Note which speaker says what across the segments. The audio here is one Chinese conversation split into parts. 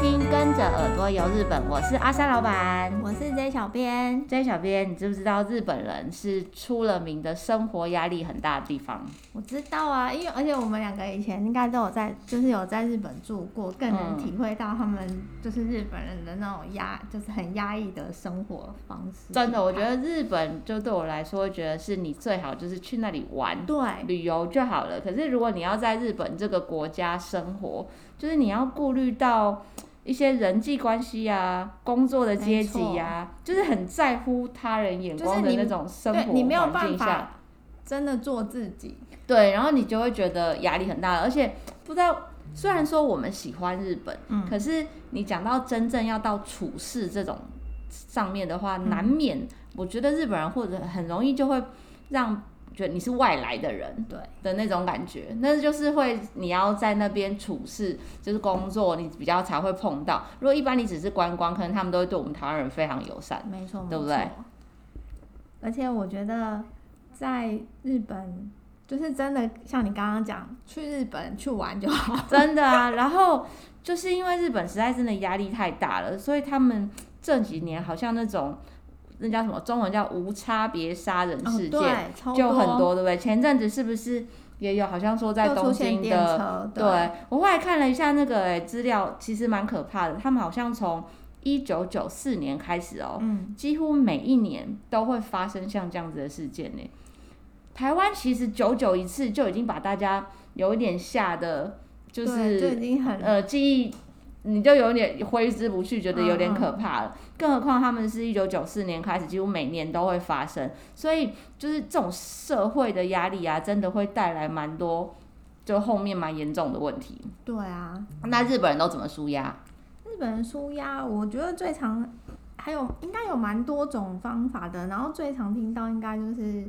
Speaker 1: 听《跟着耳朵游日本》，我是阿三老板。
Speaker 2: 我是 J 小编，
Speaker 1: J 小编，你知不知道日本人是出了名的生活压力很大的地方？
Speaker 2: 我知道啊，因为而且我们两个以前应该都有在，就是有在日本住过，更
Speaker 1: 嗯
Speaker 2: 能体会到他们就是日本人的那种压，就是很压抑的生活方式。
Speaker 1: 真的，我觉得日本就对我来说，觉得是你最好就是去那里玩、
Speaker 2: 对，
Speaker 1: 旅游就好了。可是如果你要在日本这个国家生活，就是你要顾虑到一些人际关系啊、工作的阶级呀、就是很在乎他人眼光的那种生活
Speaker 2: 对你没有
Speaker 1: 环
Speaker 2: 办
Speaker 1: 境下。
Speaker 2: 法真的做自己，
Speaker 1: 对，然后你就会觉得压力很大，而且不知道。虽然说我们喜欢日本，
Speaker 2: 嗯
Speaker 1: 可是你讲到真正要到处事这种上面的话，
Speaker 2: 嗯
Speaker 1: 难免我觉得日本人或者很容易就会让觉得你是外来的人
Speaker 2: 对，
Speaker 1: 的那种感觉，那就是会你要在那边处事，就是工作，你比较才会碰到。如果一般你只是观光，可能他们都会对我们台湾人非常友善。
Speaker 2: 没错，
Speaker 1: 对不
Speaker 2: 没错
Speaker 1: 对？
Speaker 2: 而且我觉得在日本，就是真的像你刚刚讲，去日本去玩就好。
Speaker 1: 真的啊。然后就是因为日本实在真的压力太大了，所以他们这几年好像那种那叫什么中文叫无差别杀人
Speaker 2: 哦
Speaker 1: 事件、
Speaker 2: 对，超啊
Speaker 1: 就很多，对不对？前阵子是不是也有好像说在
Speaker 2: 又出
Speaker 1: 东
Speaker 2: 现
Speaker 1: 京
Speaker 2: 电
Speaker 1: 的？
Speaker 2: 车，
Speaker 1: 对我后来看了一下那个诶资料，其实蛮可怕的。他们好像从一九九四年开始哦、
Speaker 2: 嗯，
Speaker 1: 几乎每一年都会发生像这样子的事件呢。台湾其实久久一次就已经把大家有一点吓得，就
Speaker 2: 对就是已经很
Speaker 1: 呃记忆，你就有点挥之不去，觉得有点
Speaker 2: 嗯嗯
Speaker 1: 可怕了。更何况他们是一九九四年开始，几乎每年都会发生，所以就是这种社会的压力啊，真的会带来蛮多，就后面蛮严重的问题。
Speaker 2: 对啊。
Speaker 1: 那日本人都怎么舒压？
Speaker 2: 日本人舒压，我觉得最常还有应该有蛮多种方法的，然后最常听到应该就是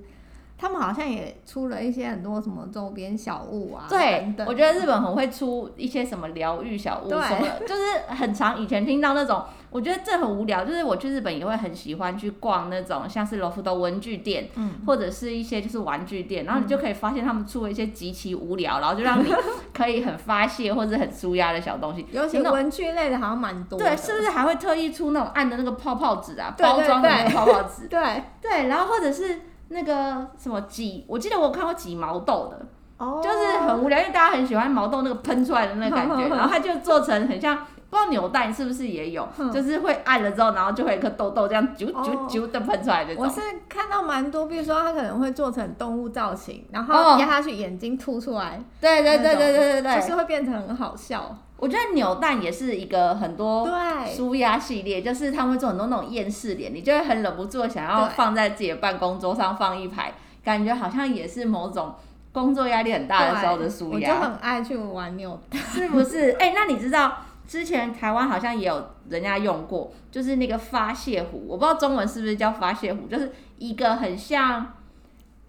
Speaker 2: 他们好像也出了一些很多什么周边小物啊，
Speaker 1: 对
Speaker 2: 等，等
Speaker 1: 我觉得日本很会出一些什么疗愈小物
Speaker 2: 对
Speaker 1: 什么 的，就是很常以前听到那种，我觉得这很无聊。就是我去日本也会很喜欢去逛那种像是罗浮多文具店，
Speaker 2: 嗯
Speaker 1: 或者是一些就是玩具店，然后你就可以发现他们出了一些极其无聊，然后就 让你可以很发泄或者很舒压的小东西。
Speaker 2: 尤其
Speaker 1: 那种
Speaker 2: 文具类的好像蛮多的，
Speaker 1: 对，是不是还会特意出那种按的那个泡泡纸啊，
Speaker 2: 对对
Speaker 1: 包装的那个泡泡纸？
Speaker 2: 对，
Speaker 1: 对，然后或者是那个什么挤，我记得我有看过挤毛豆的，
Speaker 2: 哦
Speaker 1: 就是很无聊，因为大家很喜欢毛豆那个喷出来的那个感 觉，然后它就做成很像。不知道扭蛋是不是也 有，
Speaker 2: 嗯
Speaker 1: 就是会按了之后，然后就会有一颗豆豆这样啾
Speaker 2: 哦
Speaker 1: 啾啾的喷出来这
Speaker 2: 我
Speaker 1: 种。
Speaker 2: 是看到蛮多，比如说他可能会做成动物造型，然
Speaker 1: 哦
Speaker 2: 后压下去眼睛凸出来，
Speaker 1: 对对对对对对
Speaker 2: 就
Speaker 1: 对，
Speaker 2: 是会变成很好笑。
Speaker 1: 我觉得扭蛋也是一个很多
Speaker 2: 对，
Speaker 1: 哦舒压系列，就是他们会做很多那种厌世脸，你就会很忍不住地想要
Speaker 2: 对
Speaker 1: 放在自己的办公桌上放一排，感觉好像也是某种工作压力很大的时候的
Speaker 2: 对
Speaker 1: 舒
Speaker 2: 我
Speaker 1: 压。
Speaker 2: 就很爱去玩扭
Speaker 1: 是不是？哎、那你知道之前台湾好像也有人家用过，就是那个发泄壶，我不知道中文是不是叫发泄壶，就是一个很像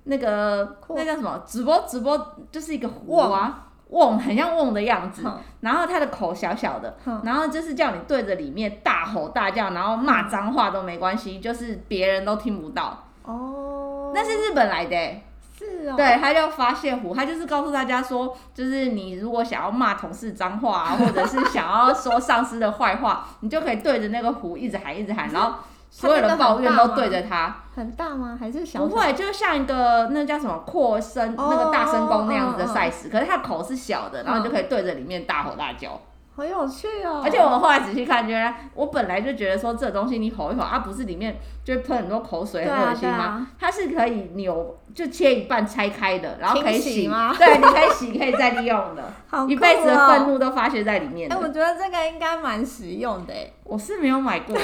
Speaker 1: 那个
Speaker 2: 扩
Speaker 1: 那叫什么直播直播，就是一个壶啊，瓮很像瓮的样子，
Speaker 2: 哼
Speaker 1: 然后它的口小小的，
Speaker 2: 哼
Speaker 1: 然后就是叫你对着里面大吼大叫，然后骂脏话都没关系，就是别人都听不到。
Speaker 2: 哦，
Speaker 1: 那是日本来的、欸。
Speaker 2: 是哦，
Speaker 1: 对，他叫发泄壶，他就是告诉大家说，就是你如果想要骂同事脏话啊，或者是想要说上司的坏话，你就可以对着那个壶一直喊，一直喊，然后所有的抱怨都对着他。
Speaker 2: 很大吗？还是小
Speaker 1: 不
Speaker 2: 小？
Speaker 1: 会，就是像一个那叫什么扩声、
Speaker 2: 哦
Speaker 1: 那个大声公那样子的
Speaker 2: 嗯嗯
Speaker 1: size，、可是他口是小的，然后你就
Speaker 2: 嗯
Speaker 1: 可以对着里面大吼大
Speaker 2: 哦
Speaker 1: 叫。
Speaker 2: 好有趣哦！
Speaker 1: 而且我后来仔细看，原来我本来就觉得说这东西你吼一吼，啊，不是里面就会喷很多口水，
Speaker 2: 对
Speaker 1: 很
Speaker 2: 啊
Speaker 1: 恶心吗？
Speaker 2: 对啊
Speaker 1: 它是可以扭，就切一半拆开的，然后可以
Speaker 2: 清洗吗
Speaker 1: 对，你可以洗，可以再利用 的，
Speaker 2: 好酷哦
Speaker 1: 一辈子的愤怒都发泄在里面
Speaker 2: 哎、
Speaker 1: 的。
Speaker 2: 我觉得这个应该蛮实用的，哎，
Speaker 1: 哦我是没有买过的，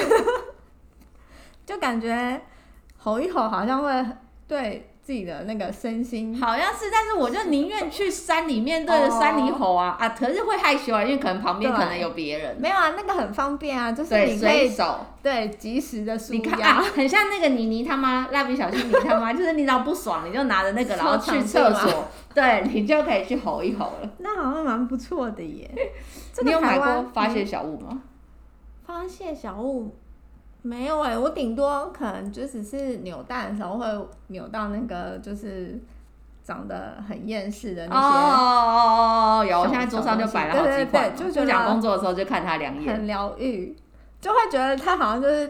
Speaker 2: 就感觉吼一吼好像会对自己的那个身心，
Speaker 1: 好像是，但是我就宁愿去山里面对着山里吼啊、啊，可是会害羞啊，因为可能旁边
Speaker 2: 对
Speaker 1: 可能有别人，
Speaker 2: 没有啊，那个很方便啊，就是
Speaker 1: 对，
Speaker 2: 你可
Speaker 1: 随
Speaker 2: 以
Speaker 1: 手。
Speaker 2: 对及时的舒
Speaker 1: 你看啊
Speaker 2: 压，，
Speaker 1: 很像那个妮妮他妈蜡笔小新妮他妈， 就是你只要不爽，你就拿着那个，然后去厕
Speaker 2: 上场
Speaker 1: 所，对你就可以去吼一吼了。
Speaker 2: 那好像蛮不错的耶。 这
Speaker 1: 你
Speaker 2: 个
Speaker 1: 有买
Speaker 2: 台湾
Speaker 1: 过发泄小物吗？
Speaker 2: 发泄小物没有哎、我顶多可能就只是扭蛋的时候会扭到那个就是长得很厌世的那些。
Speaker 1: 哦哦哦哦，有，我
Speaker 2: 小
Speaker 1: 现在桌上就摆了
Speaker 2: 对
Speaker 1: 好几
Speaker 2: 对
Speaker 1: 款
Speaker 2: 对
Speaker 1: 嘛，
Speaker 2: 就觉
Speaker 1: 就
Speaker 2: 得
Speaker 1: 讲工作的时候就看他两眼，
Speaker 2: 很疗愈，就会觉得他好像就是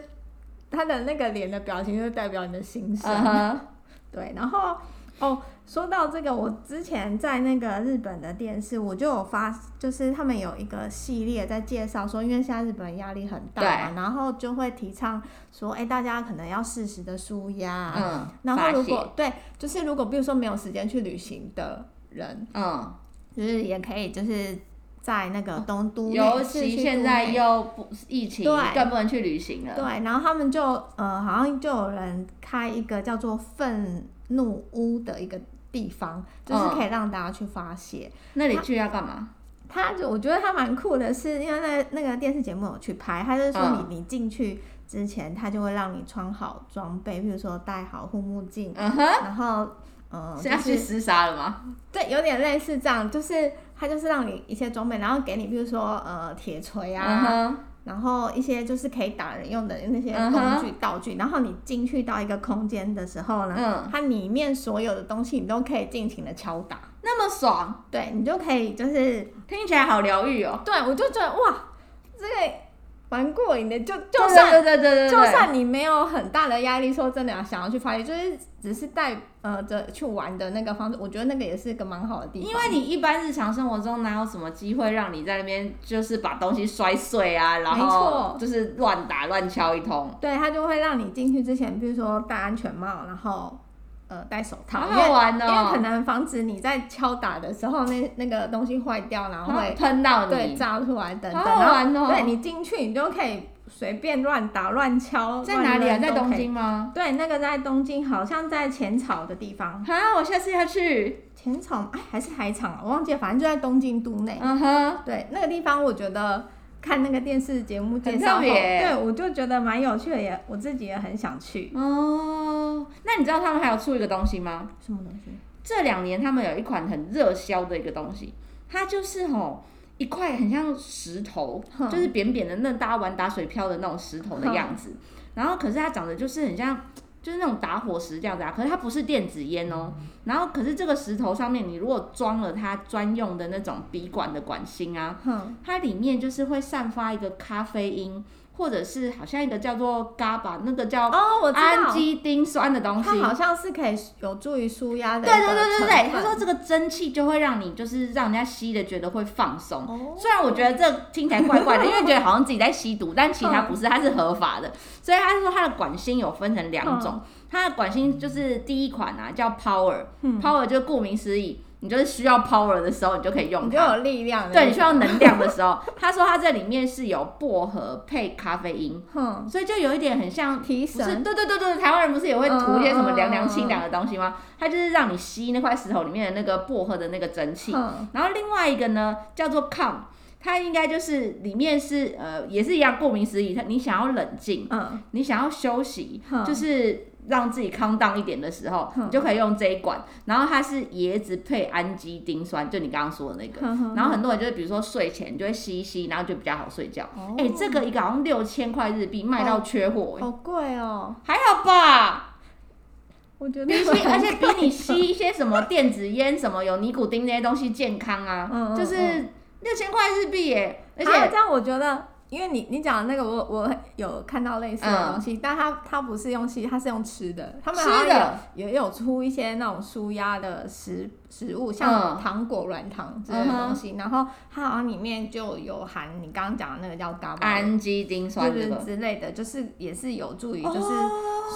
Speaker 2: 他的那个脸的表情，就是代表你的心声。
Speaker 1: 嗯哼，
Speaker 2: 对，然后哦，说到这个，我之前在那个日本的电视，我就有发，就是他们有一个系列在介绍说，因为现在日本压力很大嘛，
Speaker 1: 对
Speaker 2: 然后就会提倡说，哎，大家可能要适时的舒压啊、
Speaker 1: 嗯，
Speaker 2: 然后
Speaker 1: 发
Speaker 2: 如
Speaker 1: 泄
Speaker 2: 果对，就是如果比如说没有时间去旅行的人，
Speaker 1: 嗯，
Speaker 2: 就是也可以就是在那个东都内，
Speaker 1: 尤
Speaker 2: 市
Speaker 1: 其
Speaker 2: 区
Speaker 1: 现
Speaker 2: 都
Speaker 1: 在
Speaker 2: 内
Speaker 1: 又不疫情，
Speaker 2: 对
Speaker 1: 更不能去旅行了，
Speaker 2: 对，然后他们就呃，好像就有人开一个叫做“愤怒屋”的一个地方，就是
Speaker 1: 嗯
Speaker 2: 可以让大家去发泄。
Speaker 1: 那你去要干嘛？
Speaker 2: 他就我觉得他蛮酷的是，因为那那个电视节目有去拍，他就是说
Speaker 1: 嗯
Speaker 2: 你、你进去之前，他就会让你穿好装备，比如说戴好护目镜，
Speaker 1: 嗯哼，
Speaker 2: 然后嗯、呃，
Speaker 1: 是
Speaker 2: 啊就
Speaker 1: 要去
Speaker 2: 是
Speaker 1: 厮杀了吗？
Speaker 2: 对，有点类似这样，就是他就是让你一些装备，然后给你比如说呃铁锤啊。
Speaker 1: 嗯哼，
Speaker 2: 然后一些就是可以打人用的那些
Speaker 1: 嗯
Speaker 2: 工
Speaker 1: 哼
Speaker 2: 具、道具，然后你进去到一个空间的时候呢，
Speaker 1: 嗯
Speaker 2: 它里面所有的东西你都可以尽情的敲打，
Speaker 1: 那么爽，
Speaker 2: 对你就可以就是，
Speaker 1: 听起来好疗愈哦。
Speaker 2: 对我就觉得哇，这个蛮过瘾的，就就
Speaker 1: 对
Speaker 2: 算
Speaker 1: 对对对对对，
Speaker 2: 就算你没有很大的压力，说真的啊想要去发泄，就是只是带呃着去玩的那个方式，我觉得那个也是一个蛮好的地方，
Speaker 1: 因为你一般日常生活中哪有什么机会让你在那边就是把东西摔碎啊，然
Speaker 2: 没
Speaker 1: 后
Speaker 2: 错
Speaker 1: 就是乱打乱敲一通，
Speaker 2: 对它就会让你进去之前，比如说戴安全帽，然后呃戴手套，
Speaker 1: 好
Speaker 2: 因为
Speaker 1: 好玩
Speaker 2: 因为可
Speaker 1: 哦！
Speaker 2: 能防止你在敲打的时候，那那个东西坏掉，然后
Speaker 1: 会
Speaker 2: 会
Speaker 1: 喷到
Speaker 2: 对
Speaker 1: 你，
Speaker 2: 炸出来等等。
Speaker 1: 好好玩
Speaker 2: 然
Speaker 1: 哦
Speaker 2: 后对你进去，你就可以随便乱打乱敲。
Speaker 1: 在哪里啊？
Speaker 2: 乱扔
Speaker 1: 在
Speaker 2: 都
Speaker 1: 东
Speaker 2: 可以。
Speaker 1: 京吗？
Speaker 2: 对，那个在东京，好像在浅草的地方。
Speaker 1: 啊，我下次要去。
Speaker 2: 浅草哎，还是海场啊，我忘记了，反正就在东京都内。
Speaker 1: 嗯哼，
Speaker 2: 对，那个地方我觉得看那个电视节目介
Speaker 1: 很
Speaker 2: 绍
Speaker 1: 特
Speaker 2: 后，
Speaker 1: 别
Speaker 2: 对我就觉得蛮有趣的，也我自己也很想去。
Speaker 1: 哦，那你知道他们还有出一个东西吗？
Speaker 2: 什么东西？
Speaker 1: 这两年他们有一款很热销的一个东西，它就是吼一块很像石头，
Speaker 2: 哼
Speaker 1: 就是扁扁的，那大家玩打水漂的那种石头的样子。然后可是它长得就是很像，就是那种打火石这样子啊。可是它不是电子烟哦。然后可是这个石头上面，你如果装了它专用的那种笔管的管芯啊，
Speaker 2: 哼，
Speaker 1: 它里面就是会散发一个咖啡因，或者是好像一个叫做 GABA 那个叫
Speaker 2: 哦，我知
Speaker 1: 氨
Speaker 2: 道。
Speaker 1: 基丁酸的东西。
Speaker 2: 它好像是可以有助于舒压的。
Speaker 1: 对对对对对，他说，这个蒸汽就会让你就是让人家吸的觉得会放松。
Speaker 2: 哦，
Speaker 1: 虽然我觉得这听起来怪怪的，因为觉得好像自己在吸毒，但其
Speaker 2: 嗯
Speaker 1: 实它不是，它是合法的。所以他说它的管芯有分成两种，它的管芯就是第一款啊叫 Power，Power、
Speaker 2: 嗯
Speaker 1: Power 就顾名思义，你就是需要 Power 的时候你就可以用
Speaker 2: 你就
Speaker 1: 它。
Speaker 2: 有力量了。
Speaker 1: 对，你需要能量的时候，他说它这里面是有薄荷配咖啡因，
Speaker 2: 哼，
Speaker 1: 所以就有一点很像
Speaker 2: 提
Speaker 1: 不是，
Speaker 2: 神。
Speaker 1: 对对对对，台湾人不是也会涂一些什么凉凉
Speaker 2: 嗯嗯嗯嗯
Speaker 1: 清凉的东西吗？它就是让你吸那块石头里面的那个薄荷的那个蒸汽。
Speaker 2: 哼，
Speaker 1: 然后另外一个呢叫做 calm，它应该就是里面是呃也是一样，顾名思义，它你想要冷静，
Speaker 2: 嗯，
Speaker 1: 你想要休息，
Speaker 2: 嗯
Speaker 1: 就是让自己 calm down 一点的时候，
Speaker 2: 嗯
Speaker 1: 你就可以用这一款。然后它是椰子配氨基丁酸，就你刚刚说的那个。
Speaker 2: 然
Speaker 1: 然后很多人就是比如说睡前你就会吸一吸，然后就比较好睡觉。
Speaker 2: 哦
Speaker 1: 哎、这个一个好像六千块日币卖到缺货、哎
Speaker 2: 好贵哦，
Speaker 1: 还好吧，
Speaker 2: 我觉得
Speaker 1: 比 吸，而且比你吸一些什么电子烟、什么有尼古丁那些东西健康啊，
Speaker 2: 嗯嗯
Speaker 1: 就是六千块日币耶，而
Speaker 2: 还有
Speaker 1: 且
Speaker 2: 啊这样，我觉得。因为你你讲的那个我我有看到类似的东西，但它它不是用吸，它是用吃的。他们好
Speaker 1: 嗯
Speaker 2: 像
Speaker 1: 吃的
Speaker 2: 有也有出一些那种舒压的食食物，像
Speaker 1: 嗯
Speaker 2: 糖果、软糖之类的东西。然后它好像里面就有含你刚刚讲的那个叫伽马
Speaker 1: 氨基丁酸
Speaker 2: 就
Speaker 1: 这
Speaker 2: 是
Speaker 1: 个，
Speaker 2: 之类的，就是也是有助于就是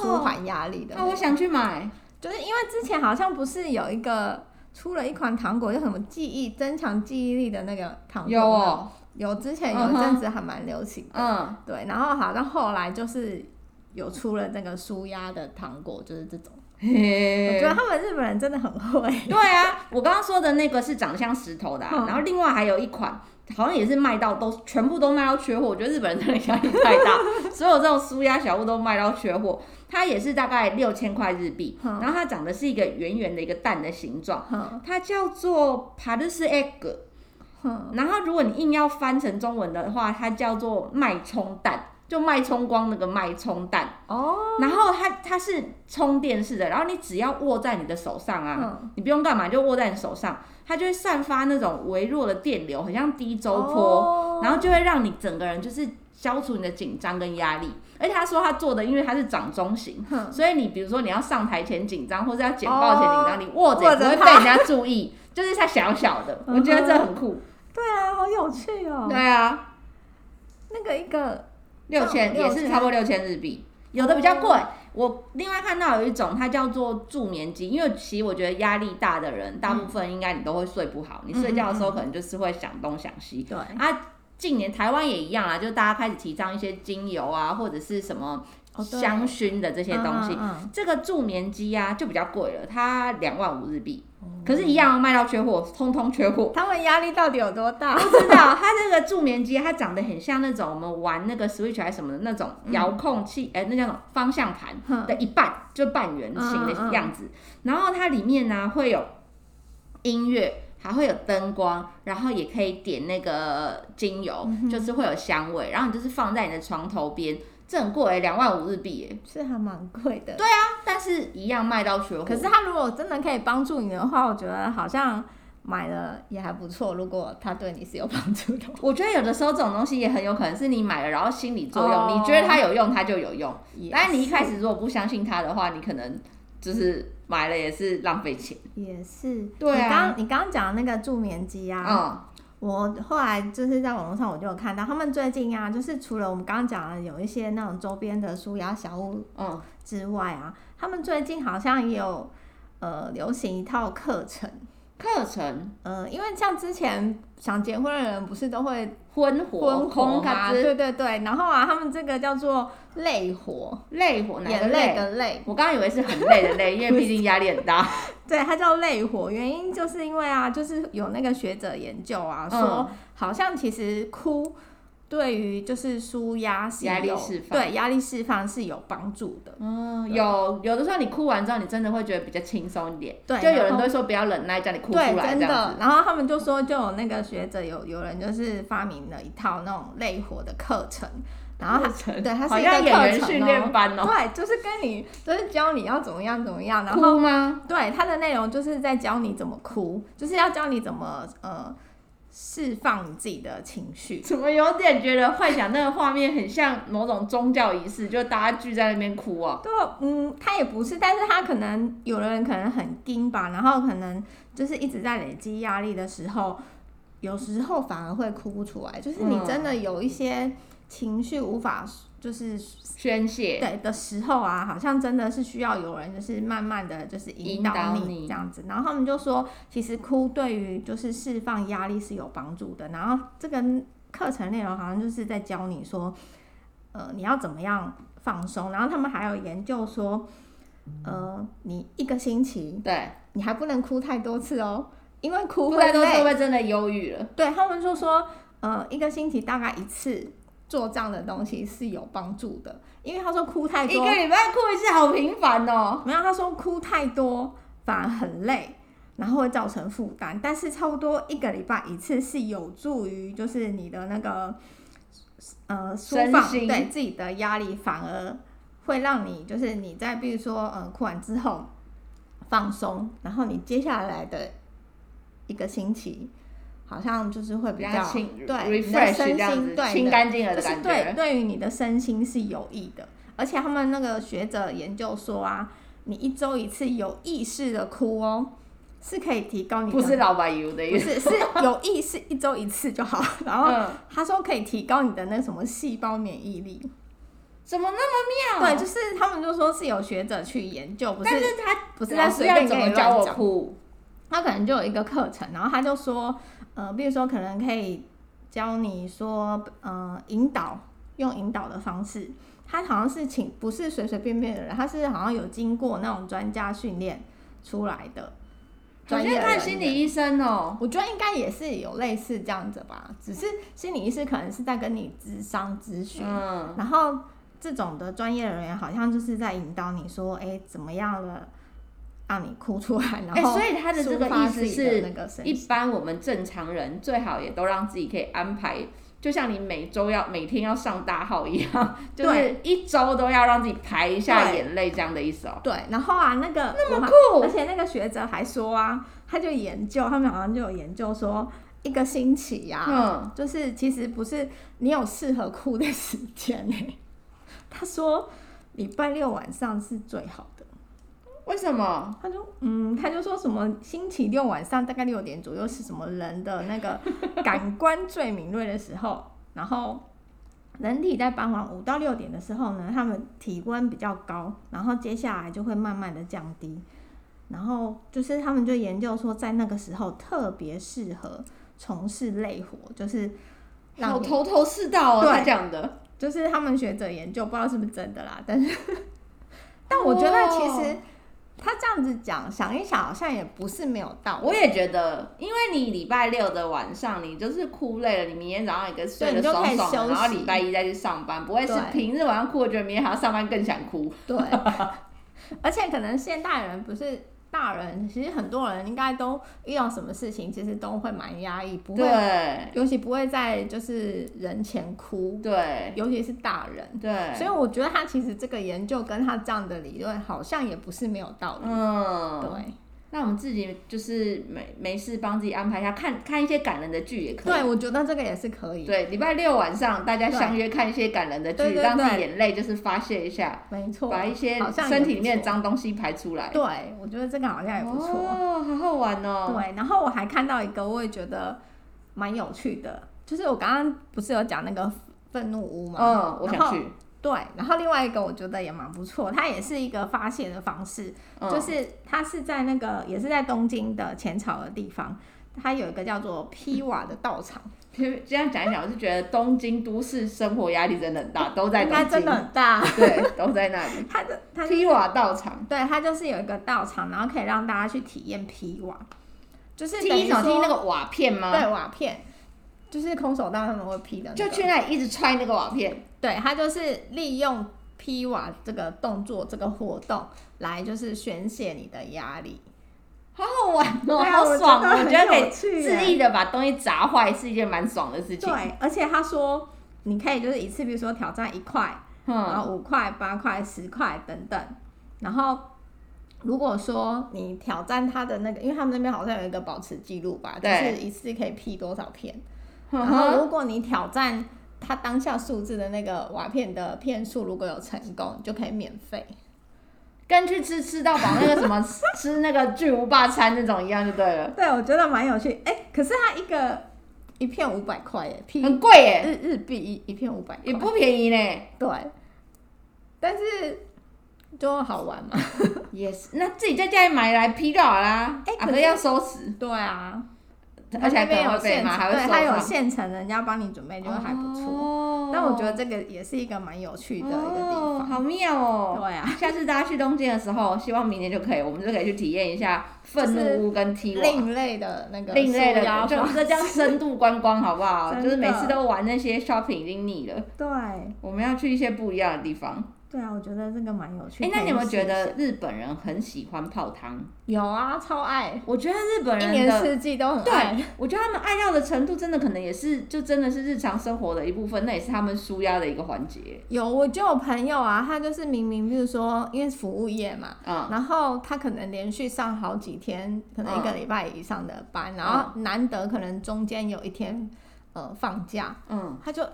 Speaker 2: 舒
Speaker 1: 哦，
Speaker 2: 缓压力的那
Speaker 1: 那
Speaker 2: 种。
Speaker 1: 我想去买，
Speaker 2: 就是因为之前好像不是有一个出了一款糖果，叫什么记忆增强记忆力的那个糖果
Speaker 1: 有
Speaker 2: 吗，
Speaker 1: 哦，
Speaker 2: 有之前有一阵子还蛮流行的，
Speaker 1: 嗯，
Speaker 2: 对，然后好像后来就是有出了那个舒压的糖果，就是这种。 我
Speaker 1: 嘿
Speaker 2: 觉得他们日本人真的很会，
Speaker 1: 对啊，我刚刚说的那个是长得像石头的、啊，
Speaker 2: 嗯
Speaker 1: 然后另外还有一款。好像也是卖到都全部都卖到缺货，我觉得日本人真的压力太 大，所有这种舒压小物都卖到缺货。它也是大概六千块日币，
Speaker 2: 嗯
Speaker 1: 然后它长得是一个圆圆的一个蛋的形状，
Speaker 2: 哼
Speaker 1: 它叫做 Parus egg。
Speaker 2: 哼，
Speaker 1: 然后如果你硬要翻成中文的话，它叫做脉冲蛋，就就脉冲光那个脉冲蛋，
Speaker 2: 哦，
Speaker 1: 然后它它是充电式的，然后你只要握在你的手上啊，
Speaker 2: 嗯，
Speaker 1: 你不用干嘛，你就握在你手上，它就会散发那种微弱的电流，很像低周波，
Speaker 2: 哦
Speaker 1: 然后就会让你整个人就是消除你的紧张跟压力。而且他说他做的，因为它是掌中型，
Speaker 2: 哼
Speaker 1: 所以你比如说你要上台前紧张，或者要简报前紧张，
Speaker 2: 哦
Speaker 1: 你握着也不
Speaker 2: 握
Speaker 1: 会
Speaker 2: 着它
Speaker 1: 被人家注意，就是它小小的，我觉得这很酷。
Speaker 2: 对啊，好有趣嗯哦。
Speaker 1: 对啊，
Speaker 2: 那个一个
Speaker 1: 六千
Speaker 2: 这
Speaker 1: 也
Speaker 2: 样
Speaker 1: 是
Speaker 2: 6000
Speaker 1: 差不多六千日币，嗯有的比较贵。我另外看到有一种，它叫做助眠机，因为其实我觉得压力大的人，大部分应该你都会睡不好，你睡觉的时候可能就是会想东想西，
Speaker 2: 对，
Speaker 1: 啊，近年台湾也一样啦，啊就大家开始提倡一些精油啊，或者是什么
Speaker 2: 哦对
Speaker 1: 香薰的这些东西。
Speaker 2: 嗯嗯
Speaker 1: 这个助眠机啊，就比较贵了，它两万五日币，可是，一样哦卖到缺货，通通缺货
Speaker 2: 嗯。他们压力到底有多大？
Speaker 1: 不知道它这个助眠机，它长得很像那种我们玩那个 Switch 还是什么的那种遥控器，哎、那叫什么方向盘
Speaker 2: 哼
Speaker 1: 的一半，就半圆形
Speaker 2: 嗯嗯
Speaker 1: 的
Speaker 2: 嗯
Speaker 1: 样子。然后它里面呢、会有音乐，还会有灯光，然后也可以点那个精油，就是会有香味。然后你就是放在你的床头边，这很贵、欸，两万五日币耶、
Speaker 2: 是还蛮贵的。
Speaker 1: 但是一样卖到缺货。
Speaker 2: 可是它如果真的可以帮助你的话，我觉得好像买了也还不错。如果它对你是有帮助 的，
Speaker 1: 我觉得有的时候这种东西也很有可能是你买了，然后心理作用，
Speaker 2: 哦
Speaker 1: 你觉得它有用，它就有用。
Speaker 2: 也
Speaker 1: 但是你一开始如果不相信他的话，你可能就是买了也是浪费钱。
Speaker 2: 也是。
Speaker 1: 对啊
Speaker 2: 你刚你刚刚讲的那个助眠机啊，
Speaker 1: 嗯，
Speaker 2: 我后来就是在网络上我就有看到，他们最近啊，就是除了我们刚刚讲的有一些那种周边的舒压小物
Speaker 1: 嗯，
Speaker 2: 之外啊，他们最近好像也有呃流行一套课程。
Speaker 1: 课程
Speaker 2: 呃，因为像之前想结婚的人不是都会
Speaker 1: 婚火、
Speaker 2: 婚活
Speaker 1: 空
Speaker 2: 嘛，
Speaker 1: 咖之
Speaker 2: 对对对，然后啊，他们这个叫做累活，
Speaker 1: 累火，哪个
Speaker 2: 眼泪
Speaker 1: 累？
Speaker 2: 的累，
Speaker 1: 我刚刚以为是很累的 累，因为毕竟压力很大。
Speaker 2: 对，它叫累活，原因就是因为啊，就是有那个学者研究啊，说
Speaker 1: 嗯
Speaker 2: 好像其实哭对于就是舒压是
Speaker 1: 压力
Speaker 2: 有
Speaker 1: 释放
Speaker 2: 对压力释放是有帮助的，
Speaker 1: 嗯，有有的时候你哭完之后，你真的会觉得比较轻松一点。
Speaker 2: 对
Speaker 1: 就有
Speaker 2: 然
Speaker 1: 人
Speaker 2: 后
Speaker 1: 都会说不要忍耐，叫你哭出
Speaker 2: 对，
Speaker 1: 来
Speaker 2: 真
Speaker 1: 这样
Speaker 2: 的
Speaker 1: 子。。
Speaker 2: 然后他们就说，就有那个学者有有人就是发明了一套那种累活的课程，然后他
Speaker 1: 课程
Speaker 2: 对，它
Speaker 1: 好
Speaker 2: 是一个
Speaker 1: 像演员
Speaker 2: 课程
Speaker 1: 训
Speaker 2: 哦
Speaker 1: 练班哦。
Speaker 2: 对，就是跟你，就是教你要怎么样怎么样，然后
Speaker 1: 哭吗？
Speaker 2: 对它的内容就是在教你怎么哭，就是要教你怎么呃释放你自己的情绪。
Speaker 1: 怎么有点觉得幻想那个画面很像某种宗教仪式，就大家聚在那边哭哦。
Speaker 2: 对，嗯，他也不是，但是他可能有的人可能很盯吧，然后可能就是一直在累积压力的时候，有时候反而会哭不出来，就是你
Speaker 1: 嗯
Speaker 2: 真的有一些情绪无法就是
Speaker 1: 宣泄。
Speaker 2: 对的时候啊，好像真的是需要有人就是慢慢的就是
Speaker 1: 引
Speaker 2: 引
Speaker 1: 导
Speaker 2: 导
Speaker 1: 你
Speaker 2: 你这样子。然后他们就说，其实哭对于就是释放压力是有帮助的。然后这个课程内容好像就是在教你说，呃，你要怎么样放松。然后他们还有研究说，呃，你一个星期
Speaker 1: 对，
Speaker 2: 你还不能哭太多次哦，因为哭
Speaker 1: 不
Speaker 2: 会
Speaker 1: 太多会不
Speaker 2: 累。
Speaker 1: 会真的忧郁了？
Speaker 2: 对他们就说，呃，一个星期大概一次。做这样的东西是有帮助的，因为他说哭太
Speaker 1: 哎一
Speaker 2: 多，
Speaker 1: 个礼拜哭一次，好频繁哦。
Speaker 2: 没有，他说哭太多反而很累，然后会造成负担。但是差不多一个礼拜一次是有助于，就是你的那个呃舒
Speaker 1: 身
Speaker 2: 放
Speaker 1: 心
Speaker 2: 对自己的压力，反而会让你就是你在比如说呃哭完之后放松，然后你接下来的一个星期好像就是会比
Speaker 1: 比较
Speaker 2: 较
Speaker 1: 清
Speaker 2: 对你的
Speaker 1: refresh
Speaker 2: 身
Speaker 1: 这样
Speaker 2: 心
Speaker 1: 子，
Speaker 2: 对你
Speaker 1: 清
Speaker 2: 的
Speaker 1: 干净了
Speaker 2: 就
Speaker 1: 的
Speaker 2: 是
Speaker 1: 感
Speaker 2: 对
Speaker 1: 觉。
Speaker 2: 对于你的身心是有益的。而且他们那个学者研究说啊，你一周一次有意识的哭哦，是可以提高你的
Speaker 1: 不是老板油的
Speaker 2: 不
Speaker 1: 意思。
Speaker 2: 是是有意识一周一次就好。 然后
Speaker 1: 嗯，
Speaker 2: 他说可以提高你的那什么细胞免疫力，
Speaker 1: 怎么那么妙？
Speaker 2: 对，就是他们就说是有学者去研究，不
Speaker 1: 啊但
Speaker 2: 是
Speaker 1: 他
Speaker 2: 不是
Speaker 1: 老
Speaker 2: 在
Speaker 1: 师
Speaker 2: 随
Speaker 1: 要
Speaker 2: 便
Speaker 1: 怎
Speaker 2: 跟
Speaker 1: 么
Speaker 2: 你
Speaker 1: 教
Speaker 2: 乱
Speaker 1: 我
Speaker 2: 讲。
Speaker 1: 哭？
Speaker 2: 他可能就有一个课程，然后他就说，呃，比如说可能可以教你说，呃，引导，用引导的方式。他好像是请不是随随便便的人，他是好像有经过那种专家训练出来的
Speaker 1: 好
Speaker 2: 专
Speaker 1: 像
Speaker 2: 业的
Speaker 1: 看
Speaker 2: 人
Speaker 1: 心
Speaker 2: 员
Speaker 1: 理医生哦。
Speaker 2: 我觉得应该也是有类似这样子吧，只是心理医师可能是在跟你咨商咨询，
Speaker 1: 嗯，
Speaker 2: 然后这种的专业人员好像就是在引导你说，哎、怎么样了，让你哭出来，然
Speaker 1: 哎，
Speaker 2: 后、
Speaker 1: 所以他的这个
Speaker 2: 抒发
Speaker 1: 意思
Speaker 2: 自己的
Speaker 1: 是，
Speaker 2: 那个身
Speaker 1: 一般我们正常人最好也都让自己可以安排。就像你每周要每天要上大号一 样，就是
Speaker 2: 对
Speaker 1: 一周都要让自己排一下
Speaker 2: 对
Speaker 1: 眼泪这样的意思哦、
Speaker 2: 对，然后啊，那个那么
Speaker 1: 酷
Speaker 2: 而且那个学者还说啊，他就研究，他们好像就有研究说，一个星期呀、
Speaker 1: 嗯，
Speaker 2: 就是其实不是你有适合哭的时间呢、 他说礼拜六晚上是最好的。
Speaker 1: 为什么？
Speaker 2: 他就嗯，他就说什么星期六晚上大概六点左右是什么人的那个感官最敏锐的时候，然后人体在傍晚五到六点的时候呢，他们体温比较高，然后接下来就会慢慢的降低，然后就是他们就研究说，在那个时候特别适合从事累活，就是让
Speaker 1: 好
Speaker 2: 你
Speaker 1: 头头是道哦、
Speaker 2: 对
Speaker 1: 他讲的。
Speaker 2: 就是他们学者研究，不知道是不是真的啦， 但是但我觉得其
Speaker 1: 哦
Speaker 2: 实。他这样子讲，想一想好像也不是没有道理。
Speaker 1: 我也觉得，因为你礼拜六的晚上你就是哭累了，你明天早上也跟睡得
Speaker 2: 对你就
Speaker 1: 爽
Speaker 2: 可以
Speaker 1: 爽的，
Speaker 2: 休息
Speaker 1: 然后礼拜一再去上班，不会是
Speaker 2: 对
Speaker 1: 平日晚上哭，我觉得明天还要上班更想哭。
Speaker 2: 对， 而且可能现代人不是大人，其实很多人应该都遇到什么事情，其实都会蛮压抑，不会，
Speaker 1: 对
Speaker 2: 尤其不会在就是人前哭，
Speaker 1: 对
Speaker 2: 尤其是大人。
Speaker 1: 对，
Speaker 2: 所以我觉得他其实这个研究跟他这样的理论好像也不是没有道理。
Speaker 1: 嗯，
Speaker 2: 对，
Speaker 1: 那我们自己就是没没事帮自己安排一下，看看一些感人的剧也可
Speaker 2: 对，
Speaker 1: 以。
Speaker 2: 我觉得这个也是可以。
Speaker 1: 对，礼拜六晚上大家
Speaker 2: 对
Speaker 1: 相约看一些感人的
Speaker 2: 对
Speaker 1: 剧，
Speaker 2: 对
Speaker 1: 让自己
Speaker 2: 对
Speaker 1: 眼泪就是发泄一下，
Speaker 2: 没错，啊
Speaker 1: 把一些
Speaker 2: 好像也
Speaker 1: 身体里
Speaker 2: 不
Speaker 1: 面的
Speaker 2: 错
Speaker 1: 脏东西排出来。
Speaker 2: 对，我觉得这个好像也不错。
Speaker 1: 哦，好好玩哦。
Speaker 2: 对，然后我还看到一个，我也觉得蛮有趣的，就是我刚刚不是有讲那个愤怒屋嘛？
Speaker 1: 嗯，我
Speaker 2: 然
Speaker 1: 想
Speaker 2: 后
Speaker 1: 去。
Speaker 2: 对，然后另外一个我觉得也蛮不错，它也是一个发泄的方式，
Speaker 1: 嗯
Speaker 2: 就是它是在那个也是在东京的浅草的地方，它有一个叫做披瓦的道场，
Speaker 1: 其实这样讲一讲，我是觉得东京都市生活压力真的很 大，都 在
Speaker 2: 应
Speaker 1: 东
Speaker 2: 该
Speaker 1: 京，
Speaker 2: 真的很大。
Speaker 1: 对，都在那 里。
Speaker 2: 它的它
Speaker 1: 披瓦道场，
Speaker 2: 对它就是有一个道场，然后可以让大家去体验披瓦，就是等
Speaker 1: 踢
Speaker 2: 于
Speaker 1: 什么踢
Speaker 2: 说
Speaker 1: 那个瓦片吗？
Speaker 2: 对瓦片，就是空手道他们会劈的、那
Speaker 1: 就
Speaker 2: 个
Speaker 1: 去那里一直踹那个瓦片，
Speaker 2: 对，他就是利用劈瓦这个动作、这个活动来就是宣泄你的压力。
Speaker 1: 好好玩哦，
Speaker 2: 对啊
Speaker 1: 好爽哦！我
Speaker 2: 我
Speaker 1: 觉
Speaker 2: 觉
Speaker 1: 得
Speaker 2: 得很
Speaker 1: 可以
Speaker 2: 有趣耶
Speaker 1: 恣意的把东西砸坏是一件蛮爽的事情。
Speaker 2: 对，啊而且他说你可以就是一次，比如说挑战一块，然
Speaker 1: 嗯，
Speaker 2: 后五块、八块、十块等等。然后如果说你挑战他的那个，因为他们那边好像有一个保持记录吧，就
Speaker 1: 对
Speaker 2: 是一次可以劈多少片。
Speaker 1: 然
Speaker 2: 然后如果你挑战他当下数字的那个瓦片的片数，如果有成功，你就可以免费。
Speaker 1: 跟去吃吃到饱那个什么吃那个巨无霸餐那种一样就对了，
Speaker 2: 对，我觉得蛮有趣。哎、可是它一个一片五百块耶，P
Speaker 1: 很贵耶，
Speaker 2: 日日币一嗯一片五百块，
Speaker 1: 也不便宜呢。
Speaker 2: 对，但是就好玩 嘛。
Speaker 1: 也是，那自己在家里买来劈就好啦。
Speaker 2: 哎
Speaker 1: 啊
Speaker 2: 可
Speaker 1: 可
Speaker 2: 是
Speaker 1: 是要收拾。
Speaker 2: 对啊，
Speaker 1: 而且还可能
Speaker 2: 它那边有
Speaker 1: 会被
Speaker 2: 现
Speaker 1: 骂，
Speaker 2: 成，
Speaker 1: 还会
Speaker 2: 对，
Speaker 1: 受
Speaker 2: 它有
Speaker 1: 伤。
Speaker 2: 现成，人家帮你准备，就还不错。
Speaker 1: 哦
Speaker 2: 但我觉得这个也是一个蛮有趣的一个地
Speaker 1: 哦、
Speaker 2: 方。
Speaker 1: 好妙哦！
Speaker 2: 对啊，
Speaker 1: 下次大家去东京的时候，希望明年就可以，我们就可以去体验一下愤怒屋跟 T 瓦。
Speaker 2: 另类的那个
Speaker 1: 另类
Speaker 2: 舒压
Speaker 1: 的，就
Speaker 2: 方
Speaker 1: 这叫深度观光，好不好？
Speaker 2: 真
Speaker 1: 就
Speaker 2: 的
Speaker 1: 是每次都玩那些 shopping 已经腻了，
Speaker 2: 对
Speaker 1: 我们要去一些不一样的地方。
Speaker 2: 对啊，我觉得这个蛮有趣。
Speaker 1: 哎、那你有没有觉
Speaker 2: 可以试
Speaker 1: 得日本人很喜欢泡汤？
Speaker 2: 有啊？超爱，
Speaker 1: 我觉得日本
Speaker 2: 一
Speaker 1: 人
Speaker 2: 年
Speaker 1: 的，
Speaker 2: 四季都很
Speaker 1: 对
Speaker 2: 爱。
Speaker 1: 我觉得他们爱到的程度，真的可能也是，就真的是日常生活的一部分，那也是他们舒压的一个环节。
Speaker 2: 有，我就有朋友啊，他就是明明，比如说，因为服务业嘛，
Speaker 1: 嗯，
Speaker 2: 然后他可能连续上好几天，可能一
Speaker 1: 嗯
Speaker 2: 个礼拜以上的班，然后难得可能中间有一天呃放假，
Speaker 1: 嗯，
Speaker 2: 他就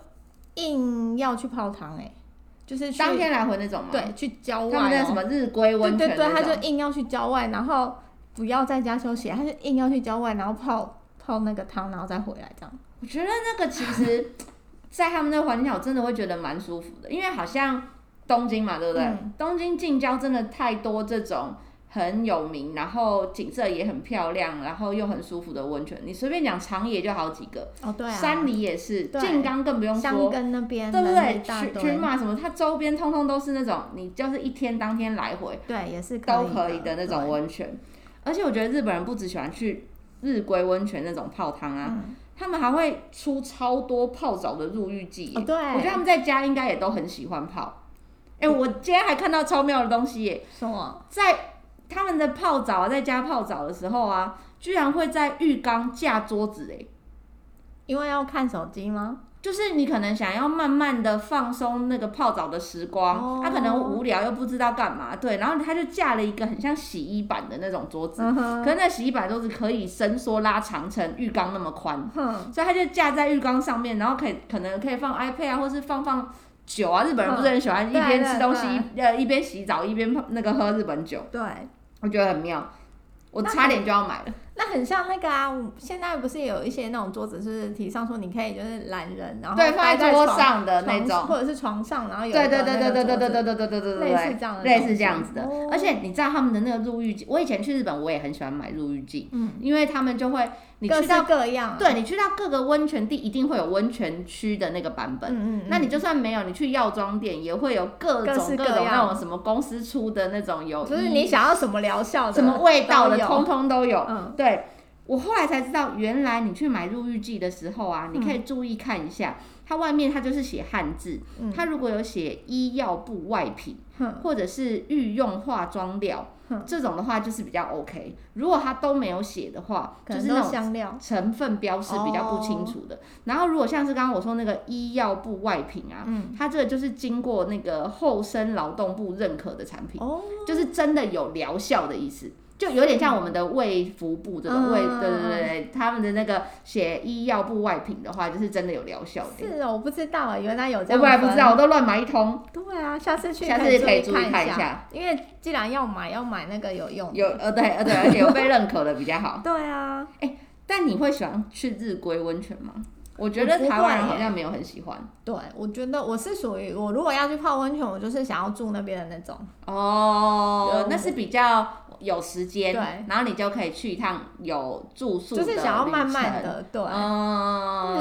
Speaker 2: 硬要去泡汤、欸，哎，就是去
Speaker 1: 当天来回那种吗？
Speaker 2: 对去郊
Speaker 1: 他们
Speaker 2: 外、
Speaker 1: 那什
Speaker 2: 哦，
Speaker 1: 么日归
Speaker 2: 对
Speaker 1: 温泉
Speaker 2: 对对，
Speaker 1: 那
Speaker 2: 他就
Speaker 1: 种，
Speaker 2: 硬要去郊外，然后不要在家休息，他就硬要去郊外，然后泡泡那个汤，然后再回来这样。
Speaker 1: 我觉得那个其实， 在他们那个环境下，我真的会觉得蛮舒服的，因为好像东京嘛，对不对？
Speaker 2: 嗯
Speaker 1: 东京近郊真的太多这种很有名，然后景色也很漂亮，然后又很舒服的温泉。你随便讲长野就好几个，
Speaker 2: 哦，对啊，
Speaker 1: 山里也是，
Speaker 2: 对
Speaker 1: 静冈更不用
Speaker 2: 香
Speaker 1: 说。
Speaker 2: 根那边
Speaker 1: 对不
Speaker 2: 人一
Speaker 1: 对？
Speaker 2: 大
Speaker 1: 群
Speaker 2: 堆
Speaker 1: 群马什么，它周边通通都是那种，你就是一天当天来回，
Speaker 2: 对，也是
Speaker 1: 都可以的那
Speaker 2: 对
Speaker 1: 种温泉。而且我觉得日本人不只喜欢去日归温泉那种泡汤啊，
Speaker 2: 嗯
Speaker 1: 他们还会出超多泡澡的入浴剂耶、
Speaker 2: 哦，对，
Speaker 1: 我觉得他们在家应该也都很喜欢泡。哎、我今天还看到超妙的东西耶、
Speaker 2: 什么？
Speaker 1: 在他们的泡澡啊，在家泡澡的时候啊，居然会在浴缸架桌子哎、
Speaker 2: 因为要看手机吗？
Speaker 1: 就是你可能想要慢慢的放松那个泡澡的时光，他、可能
Speaker 2: 哦
Speaker 1: 无聊又不知道干嘛，对，然后他就架了一个很像洗衣板的那种桌子，
Speaker 2: 嗯哼，
Speaker 1: 可是那洗衣板桌子可以伸缩拉长成浴缸那么宽，
Speaker 2: 哼，
Speaker 1: 所以他就架在浴缸上面，然后可以可能可以放 iPad 啊，或是放放酒啊，日本人不是很喜欢
Speaker 2: 嗯
Speaker 1: 一
Speaker 2: 对
Speaker 1: 边吃
Speaker 2: 对
Speaker 1: 东西一呃一边洗澡一边泡那个喝日本酒，
Speaker 2: 对，
Speaker 1: 我觉得很妙，我
Speaker 2: 那
Speaker 1: 差点就要买了。
Speaker 2: 那很像那个啊，我现在不是有一些那种桌子，就是提倡说你可以就是懒人，然后
Speaker 1: 对，
Speaker 2: 待
Speaker 1: 放
Speaker 2: 在
Speaker 1: 在桌
Speaker 2: 床
Speaker 1: 上的那
Speaker 2: 床
Speaker 1: 种。
Speaker 2: 或者是床上，然后有
Speaker 1: 对
Speaker 2: 一个
Speaker 1: 对对
Speaker 2: 那
Speaker 1: 对
Speaker 2: 个
Speaker 1: 对对对
Speaker 2: 桌
Speaker 1: 对
Speaker 2: 子
Speaker 1: 对对对对
Speaker 2: 类似
Speaker 1: 对
Speaker 2: 这样的，
Speaker 1: 对，类似这样子的
Speaker 2: 嗯哦。
Speaker 1: 而且你知道他们的那个入浴剂，我以前去日本我也很喜欢买入浴剂，
Speaker 2: 嗯，
Speaker 1: 因为他们就会你
Speaker 2: 各
Speaker 1: 去到
Speaker 2: 式各样啊，
Speaker 1: 对你去到各个温泉地一定会有温泉区的那个版本。
Speaker 2: 嗯嗯，
Speaker 1: 那
Speaker 2: 嗯
Speaker 1: 你就算没有，你去药妆店也会有各
Speaker 2: 各
Speaker 1: 种
Speaker 2: 式各
Speaker 1: 各种那
Speaker 2: 样
Speaker 1: 种什么公司出的那种有
Speaker 2: 就是
Speaker 1: 医
Speaker 2: 你想要什么疗效的，
Speaker 1: 什么味道的，
Speaker 2: 都有
Speaker 1: 通通都有。
Speaker 2: 嗯，
Speaker 1: 对我后来才知道，原来你去买入浴剂的时候啊，你可以注意看一下，它外面它就是写汉字，
Speaker 2: 嗯
Speaker 1: 它如果有写医药部外品
Speaker 2: 哼
Speaker 1: 或者是御用化妆料
Speaker 2: 哼
Speaker 1: 这种的话，就是比较 OK。如果它都没有写的话，
Speaker 2: 可
Speaker 1: 就
Speaker 2: 能
Speaker 1: 是
Speaker 2: 都哦
Speaker 1: 那
Speaker 2: 是
Speaker 1: 种。
Speaker 2: 香料，
Speaker 1: 成分标示比较不清楚的，然后如果像是刚刚我说那个医药部外品啊，
Speaker 2: 嗯，
Speaker 1: 它这个就是经过那个厚生劳动部认可的产品，
Speaker 2: 哦，
Speaker 1: 就是真的有疗效的意思，就有点像我们的卫福部这种卫，
Speaker 2: 嗯
Speaker 1: 对对对对，他们的那个写医药部外品的话，就是真的有疗效的。
Speaker 2: 是哦，我不知道啊，原来有这
Speaker 1: 我
Speaker 2: 样，
Speaker 1: 本来不知道，我，都乱买一通，
Speaker 2: 对啊，下次去
Speaker 1: 下次可以注
Speaker 2: 注
Speaker 1: 意看
Speaker 2: 看
Speaker 1: 一，下。
Speaker 2: 因为既然要买，要买那个有用的，
Speaker 1: 有呃对呃对，而且有被认可的比较好。
Speaker 2: 对啊，
Speaker 1: 但你会喜欢去日归温泉吗？我觉得
Speaker 2: 我不会啊
Speaker 1: 台湾人
Speaker 2: 耶
Speaker 1: 好像没有很喜欢
Speaker 2: 对，我觉得我是属于我如果要去泡温泉，我就是想要住那边的那种。
Speaker 1: 哦
Speaker 2: 有，
Speaker 1: 那是比较有时间，
Speaker 2: 对，
Speaker 1: 然后你就可以去一趟有住宿的哦
Speaker 2: 就
Speaker 1: 旅程，
Speaker 2: 是想要慢慢的，对。日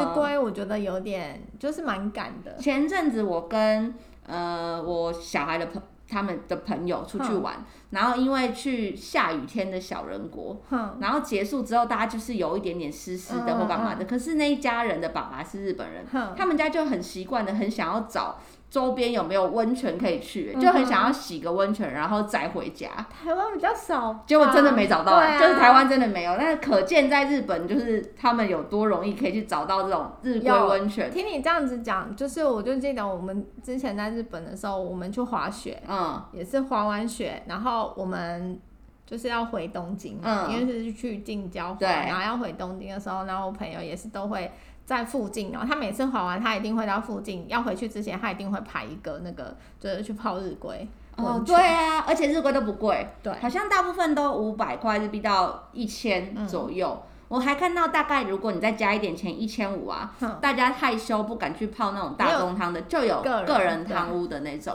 Speaker 1: 嗯，
Speaker 2: 归我觉得有点就是蛮赶的，
Speaker 1: 前阵子我跟呃我小孩的朋他们的朋友出去
Speaker 2: 嗯
Speaker 1: 玩，然后因为去下雨天的小人国，
Speaker 2: 哼，
Speaker 1: 然后结束之后大家就是有一点点湿湿的
Speaker 2: 嗯
Speaker 1: 或干嘛的，可是那一家人的爸爸是日本人，
Speaker 2: 哼，
Speaker 1: 他们家就很习惯的很想要找。周边有没有温泉可以去？
Speaker 2: 嗯哼
Speaker 1: 就很想要洗个温泉，然后再回家。
Speaker 2: 台湾比较少吧，
Speaker 1: 结果真的没找到，
Speaker 2: 对啊、
Speaker 1: 就是台湾真的没有。但是可见在日本，就是他们有多容易可以去找到这种日归
Speaker 2: 有
Speaker 1: 温泉。
Speaker 2: 听你这样子讲，就是我就记得我们之前在日本的时候，我们去滑雪，
Speaker 1: 嗯，
Speaker 2: 也是滑完雪，然后我们就是要回东京嘛，
Speaker 1: 嗯
Speaker 2: 因为是去近郊滑，
Speaker 1: 对
Speaker 2: 然后要回东京的时候，然后我朋友也是都会在附近，然后他每次滑完，他一定会到附近，要回去之前，他一定会排一个那个，就是去泡日 归。
Speaker 1: 哦
Speaker 2: 温，
Speaker 1: 对
Speaker 2: 泉
Speaker 1: 啊，而且日规都不贵，
Speaker 2: 对，
Speaker 1: 好像大部分都五百块日币到一千
Speaker 2: 嗯
Speaker 1: 左右。我还看到大概如果你再加一点钱，一千五啊，
Speaker 2: 哼
Speaker 1: 大家害羞不敢去泡那种
Speaker 2: 没
Speaker 1: 大
Speaker 2: 嗯有
Speaker 1: 众汤的，就有
Speaker 2: 个人
Speaker 1: 个人
Speaker 2: 对
Speaker 1: 汤屋的那种。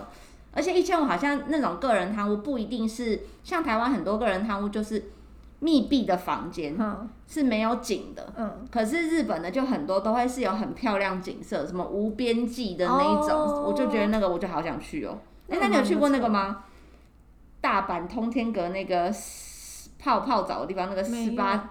Speaker 1: 而且一千五好像那种个人汤屋不一定是像台湾很多个人汤屋就是密闭的房间
Speaker 2: 哼，
Speaker 1: 是没有景的，
Speaker 2: 嗯。
Speaker 1: 可是日本的就很多都会是有很漂亮景色，什么无边际的那一种
Speaker 2: 哦
Speaker 1: 我就觉得那个我就好想去哦。哎、
Speaker 2: 那
Speaker 1: 那你有去过那个
Speaker 2: 蛮不错
Speaker 1: 吗？大阪通天阁那个泡泡澡的地方，那个
Speaker 2: 没
Speaker 1: 十
Speaker 2: 有
Speaker 1: 八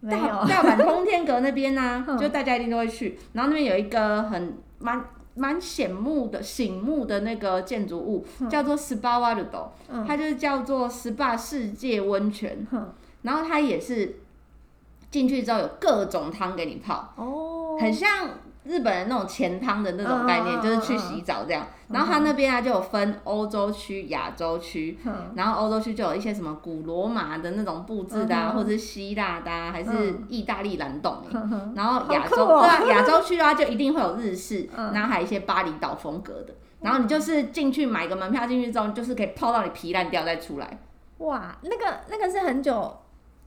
Speaker 2: 没
Speaker 1: 大
Speaker 2: 有，
Speaker 1: 大阪通天阁那边 呢、
Speaker 2: 嗯
Speaker 1: 就大家一定都会去。然后那边有一个很蛮蛮显目的醒目的那个建筑物，
Speaker 2: 嗯
Speaker 1: 叫做十八瓦鲁斗，
Speaker 2: 嗯
Speaker 1: 它就是叫做十八世界温泉。
Speaker 2: 哼
Speaker 1: 然后它也是进去之后有各种汤给你泡。
Speaker 2: 哦，
Speaker 1: 很像日本人那种钱汤的那种概念，
Speaker 2: 嗯嗯嗯嗯
Speaker 1: 就是去洗澡这样。然后它那边啊就有分欧洲区、亚洲区，
Speaker 2: 哼
Speaker 1: 然后欧洲区就有一些什么古罗马的那种布置的、啊
Speaker 2: 嗯，哼
Speaker 1: 或者是希腊的、啊，还是
Speaker 2: 嗯
Speaker 1: 意大利蓝洞、欸。
Speaker 2: 哼哼
Speaker 1: 然后亚洲、
Speaker 2: 好酷哦
Speaker 1: 对啊，亚洲区的话就一定会有日式，
Speaker 2: 嗯
Speaker 1: 然后还有一些巴厘岛风格的。然后你就是进去买个门票进去之后，你就是可以泡到你皮烂掉再出来。
Speaker 2: 哇，那个那个是很久，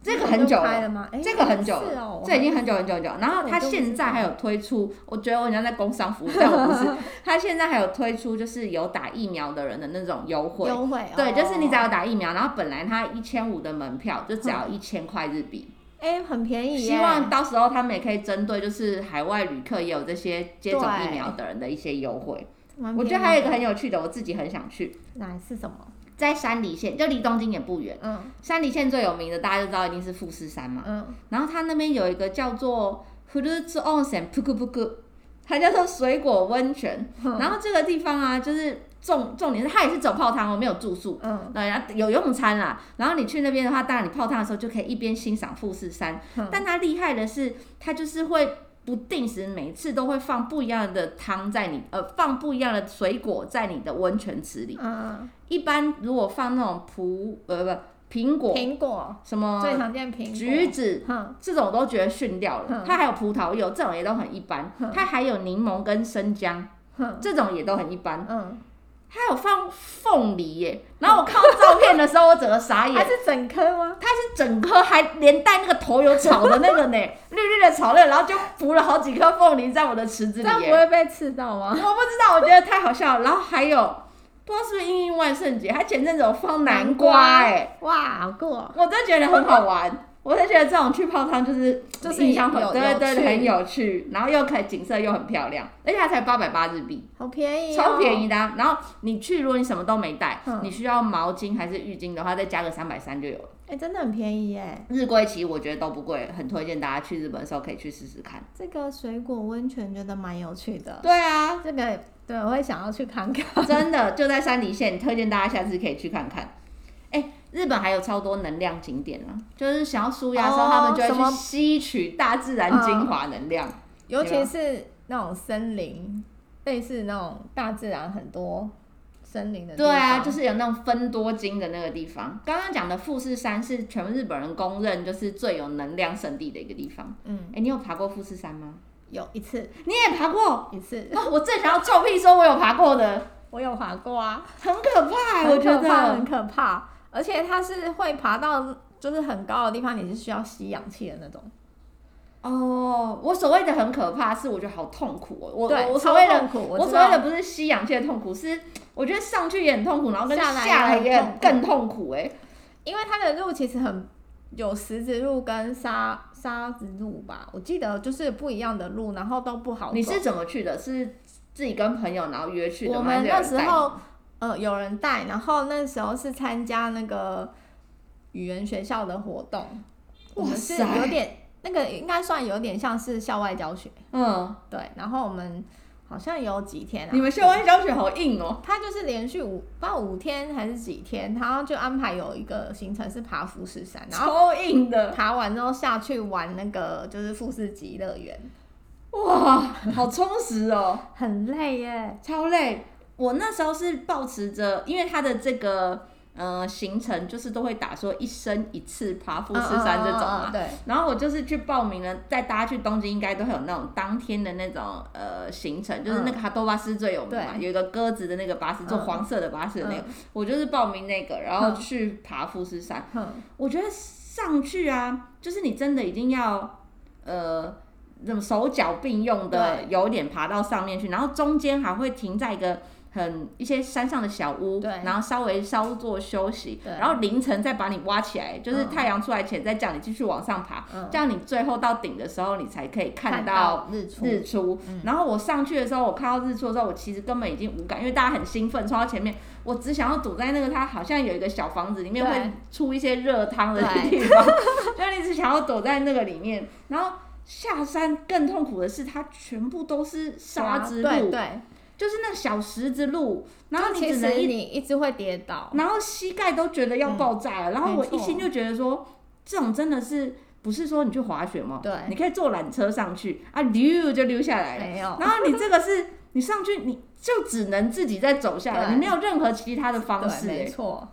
Speaker 1: 这个很久
Speaker 2: 就
Speaker 1: 了
Speaker 2: 拍了吗？哎
Speaker 1: 这个很久
Speaker 2: 是哦，
Speaker 1: 这已经很久很久很久。然后它现在还有推出，我觉得我好像在工商服务，但我不 是。它现在还有推出，就是有打疫苗的人的那种优惠。
Speaker 2: 优惠，哦
Speaker 1: 对，就是你只
Speaker 2: 找
Speaker 1: 要打疫苗，然后本来它一千五的门票就只要一千块日币。
Speaker 2: 哎很便宜
Speaker 1: 希
Speaker 2: 耶，
Speaker 1: 望到时候他们也可以针对就是海外旅客也有这些接种
Speaker 2: 对
Speaker 1: 疫苗的人的一些优惠。
Speaker 2: 蛮便宜
Speaker 1: 我觉得还有一个很有趣的，我自己很想去，
Speaker 2: 哪是什么？
Speaker 1: 在山梨县，就离东京也不远。
Speaker 2: 嗯
Speaker 1: 山梨县最有名的大家就知道一定是富士山嘛。
Speaker 2: 嗯，
Speaker 1: 然后它那边有一个叫做 Fruits Onsen p u k u p u k 它叫做水果温泉。
Speaker 2: 嗯
Speaker 1: 然后这个地方啊，就是重重点是它也是走泡汤哦，没有住宿。
Speaker 2: 嗯
Speaker 1: 对，然后有用餐啦。然后你去那边的话，当然你泡汤的时候就可以一边欣赏富士山，
Speaker 2: 嗯
Speaker 1: 但它厉害的是，它就是会不定时每次都会放不一样的汤在你，呃，放不一样的水果在你的温泉池里。
Speaker 2: 嗯，
Speaker 1: 一般如果放那种葡，呃，不苹果
Speaker 2: 苹果
Speaker 1: 什么
Speaker 2: 最常见苹果，
Speaker 1: 橘子。
Speaker 2: 哼，
Speaker 1: 这种我都觉得逊掉了
Speaker 2: 嗯，
Speaker 1: 它还有葡萄柚，这种也都很一般
Speaker 2: 嗯。
Speaker 1: 它还有柠檬跟生姜，
Speaker 2: 哼
Speaker 1: 这种也都很一般。
Speaker 2: 嗯，
Speaker 1: 它有放凤梨耶，然后我看到照片的时候，我整个傻眼
Speaker 2: 它。是整颗吗？
Speaker 1: 它是整颗还连带那个头有草的那个 呢，绿绿的草那个，然后就浮了好几颗凤梨在我的池子
Speaker 2: 这
Speaker 1: 里
Speaker 2: 样不
Speaker 1: 耶。
Speaker 2: 会被刺到
Speaker 1: 我不
Speaker 2: 吗？
Speaker 1: 知道，我觉得太好笑了。然后还有，不知道是不是因为万圣节，它前阵子有放南瓜 哎，
Speaker 2: 哇，好酷哦！
Speaker 1: 我真的觉得很好玩。我就觉得这种去泡汤就是
Speaker 2: 就是
Speaker 1: 印象很
Speaker 2: 有
Speaker 1: 对对
Speaker 2: 有趣
Speaker 1: 对很有趣，然后又可以景色又很漂亮，而且它才八百八日币，
Speaker 2: 好便宜、哦
Speaker 1: 超便
Speaker 2: 宜。
Speaker 1: 宜的、啊。然后你去，如果你什么都没带，
Speaker 2: 哎嗯
Speaker 1: 你需要毛巾还是浴巾的话，再加个三百三就有了。
Speaker 2: 哎、真的很便宜耶！
Speaker 1: 日归其实我觉得都不贵，很推荐大家去日本的时候可以去试试看。
Speaker 2: 这个水果温泉觉得蛮有趣的，
Speaker 1: 对啊，
Speaker 2: 这个对我会想要去看看。
Speaker 1: 真的就在山梨县，推荐大家下次可以去看 看。哎、日本还有超多能量景点啊，就是想要舒压的时候，
Speaker 2: 哦
Speaker 1: 他们就
Speaker 2: 什
Speaker 1: 会
Speaker 2: 么
Speaker 1: 去吸取大自然精华能量。
Speaker 2: 尤其
Speaker 1: 对啊
Speaker 2: 是那种森林，类似那种大自然很多森林的地
Speaker 1: 对
Speaker 2: 方。
Speaker 1: 啊，就是有那种分多金的那个地方。刚刚讲的富士山是全日本人公认就是最有能量圣地的一个地方。
Speaker 2: 嗯，
Speaker 1: 哎、你有爬过富士山吗？
Speaker 2: 有一次
Speaker 1: 你也爬过？
Speaker 2: 一次，
Speaker 1: 哦，我正想要臭屁说我有爬过的，
Speaker 2: 我有爬过啊，
Speaker 1: 很可怕、哎我
Speaker 2: 很
Speaker 1: 觉
Speaker 2: 可怕，
Speaker 1: 得
Speaker 2: 很可怕。而且它是会爬到就是很高的地方，你是需要吸氧气的那种。
Speaker 1: 哦，我所谓的很可怕是，我觉得好痛苦哦。我
Speaker 2: 对，
Speaker 1: 我我
Speaker 2: 超
Speaker 1: 所谓的
Speaker 2: 痛苦，
Speaker 1: 我
Speaker 2: 我知
Speaker 1: 所谓
Speaker 2: 道
Speaker 1: 的不是吸氧气的痛苦，是我觉得上去也很痛苦，然后跟
Speaker 2: 下来
Speaker 1: 下来
Speaker 2: 也
Speaker 1: 也
Speaker 2: 很
Speaker 1: 很更痛苦哎、
Speaker 2: 因为它的路其实很有石子路跟沙沙子路吧，我记得就是不一样的路，然后都不好走。
Speaker 1: 你是怎么去的？是自己跟朋友然后约去的吗？
Speaker 2: 我
Speaker 1: 还
Speaker 2: 们
Speaker 1: 是有
Speaker 2: 那
Speaker 1: 人
Speaker 2: 时
Speaker 1: 带你
Speaker 2: 候呃有人带，然后那时候是参加那个语言学校的活动，我们是
Speaker 1: 哇塞
Speaker 2: 有点那个应该算有点像是校外教学，
Speaker 1: 嗯，
Speaker 2: 对，然后我们好像有几天啊，
Speaker 1: 你们校外教学好硬 哦。
Speaker 2: 他就是连续五，不知道五天还是几天，然后就安排有一个行程是爬富士山，然后
Speaker 1: 超硬 的，
Speaker 2: 爬完之后下去玩那个就是富士急乐园，
Speaker 1: 哇，好充实哦。
Speaker 2: 很累耶。
Speaker 1: 超累。我那时候是保持着，因为它的这个呃行程就是都会打说一生一次爬富士山这种啊
Speaker 2: 嗯嗯嗯
Speaker 1: 嘛
Speaker 2: 嗯，对，
Speaker 1: 然后我就是去报名了，在大家去东京应该都会有那种当天的那种呃行程，就是那个哈多巴斯最有名嘛，
Speaker 2: 对
Speaker 1: 有一个鸽子的那个巴士，坐
Speaker 2: 嗯
Speaker 1: 黄色的巴士的那个，我就是报名那个，然后去爬富士山。
Speaker 2: 哼，
Speaker 1: 我觉得上去啊，就是你真的已经要呃，怎么手脚并用的，
Speaker 2: 对
Speaker 1: 有点爬到上面去，然后中间还会停在一个很一些山上的小屋，
Speaker 2: 对
Speaker 1: 然后稍微稍作休息，
Speaker 2: 对
Speaker 1: 然后凌晨再把你挖起来，就是
Speaker 2: 嗯
Speaker 1: 太阳出来前再叫你继续往上爬，
Speaker 2: 嗯
Speaker 1: 这样你最后到顶的时候，你才可以看到
Speaker 2: 到日出，嗯
Speaker 1: 日出。然后我上去的时候，我看到日出的时候，我其实根本已经无感，因为大家很兴奋冲到前面，我只想要躲在那个它好像有一个小房子里面
Speaker 2: 对
Speaker 1: 会出一些热汤的
Speaker 2: 对
Speaker 1: 地方， 就是你只想要躲在那个里面。然后下山更痛苦的是，它全部都是沙子路，
Speaker 2: 对对，
Speaker 1: 就是那小石子路，然后
Speaker 2: 就
Speaker 1: 你
Speaker 2: 其
Speaker 1: 只
Speaker 2: 实
Speaker 1: 能一
Speaker 2: 你一直会跌倒，
Speaker 1: 然后膝盖都觉得要爆炸了，然后我
Speaker 2: 没错
Speaker 1: 一心就觉得说，这种真的是不是说你去滑雪吗？
Speaker 2: 对
Speaker 1: 你可以坐缆车上去啊，溜就溜下来了。
Speaker 2: 没有，
Speaker 1: 然后你这个是你上去，你就只能自己再走下来，
Speaker 2: 对
Speaker 1: 你没有任何其他的方
Speaker 2: 对，
Speaker 1: 式、
Speaker 2: 没
Speaker 1: 欸。
Speaker 2: 错。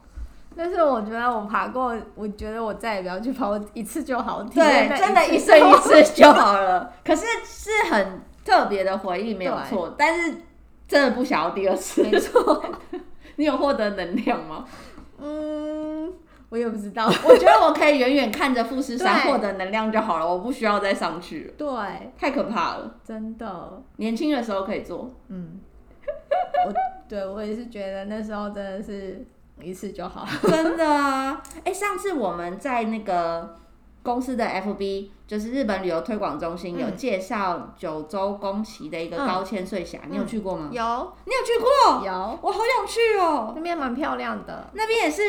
Speaker 2: 但是我觉得我爬过，我觉得我再也不要去爬，我一次就好。体
Speaker 1: 对，
Speaker 2: 验那
Speaker 1: 真的，一
Speaker 2: 一次
Speaker 1: 生一次就好了。可是是很特别的回忆，没有
Speaker 2: 对
Speaker 1: 错。但是真的不想要第二次。
Speaker 2: 没错。
Speaker 1: 你有获得能量吗？
Speaker 2: 嗯，我也不知道。
Speaker 1: 我觉得我可以远远看着富士山
Speaker 2: 对
Speaker 1: 获得能量就好了，我不需要再上去了，
Speaker 2: 对，
Speaker 1: 太可怕了。
Speaker 2: 真的，
Speaker 1: 年轻的时候可以做，
Speaker 2: 嗯，我对我也是觉得那时候真的是一次就好。
Speaker 1: 真的啊！哎、上次我们在那个公司的 FB，就是日本旅游推广中心，
Speaker 2: 嗯
Speaker 1: 有介绍九州宫崎的一个
Speaker 2: 嗯
Speaker 1: 高千穗峡，你有去过吗？
Speaker 2: 有
Speaker 1: 你有去过？
Speaker 2: 有，
Speaker 1: 我好想去哦！
Speaker 2: 那边蛮漂亮的。
Speaker 1: 那边也是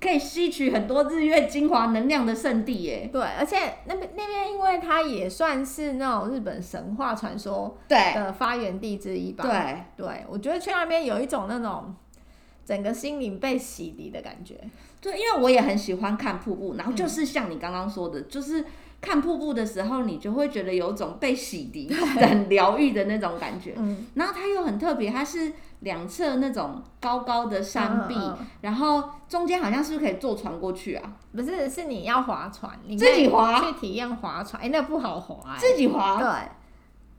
Speaker 1: 可以吸取很多日月精华能量的圣地耶。
Speaker 2: 对，而且那边那边，因为它也算是那种日本神话传说
Speaker 1: 对
Speaker 2: 的发源地之一吧。
Speaker 1: 对，
Speaker 2: 对，我觉得去那边有一种那种整个心灵被洗涤的感觉。嗯
Speaker 1: 对，因为我也很喜欢看瀑布，然后就是像你刚刚说的，就是看瀑布的时候，你就会觉得有种被洗涤、 很疗愈的那种感觉。
Speaker 2: 嗯，
Speaker 1: 然后它又很特别，它是两侧那种高高的山壁，
Speaker 2: 嗯嗯
Speaker 1: 然后中间好像是不是可以坐船过去啊？
Speaker 2: 不是，是你要划船，你
Speaker 1: 自己
Speaker 2: 可以
Speaker 1: 划
Speaker 2: 去体验划船，哎、那不好划、欸。
Speaker 1: 自己滑？
Speaker 2: 对，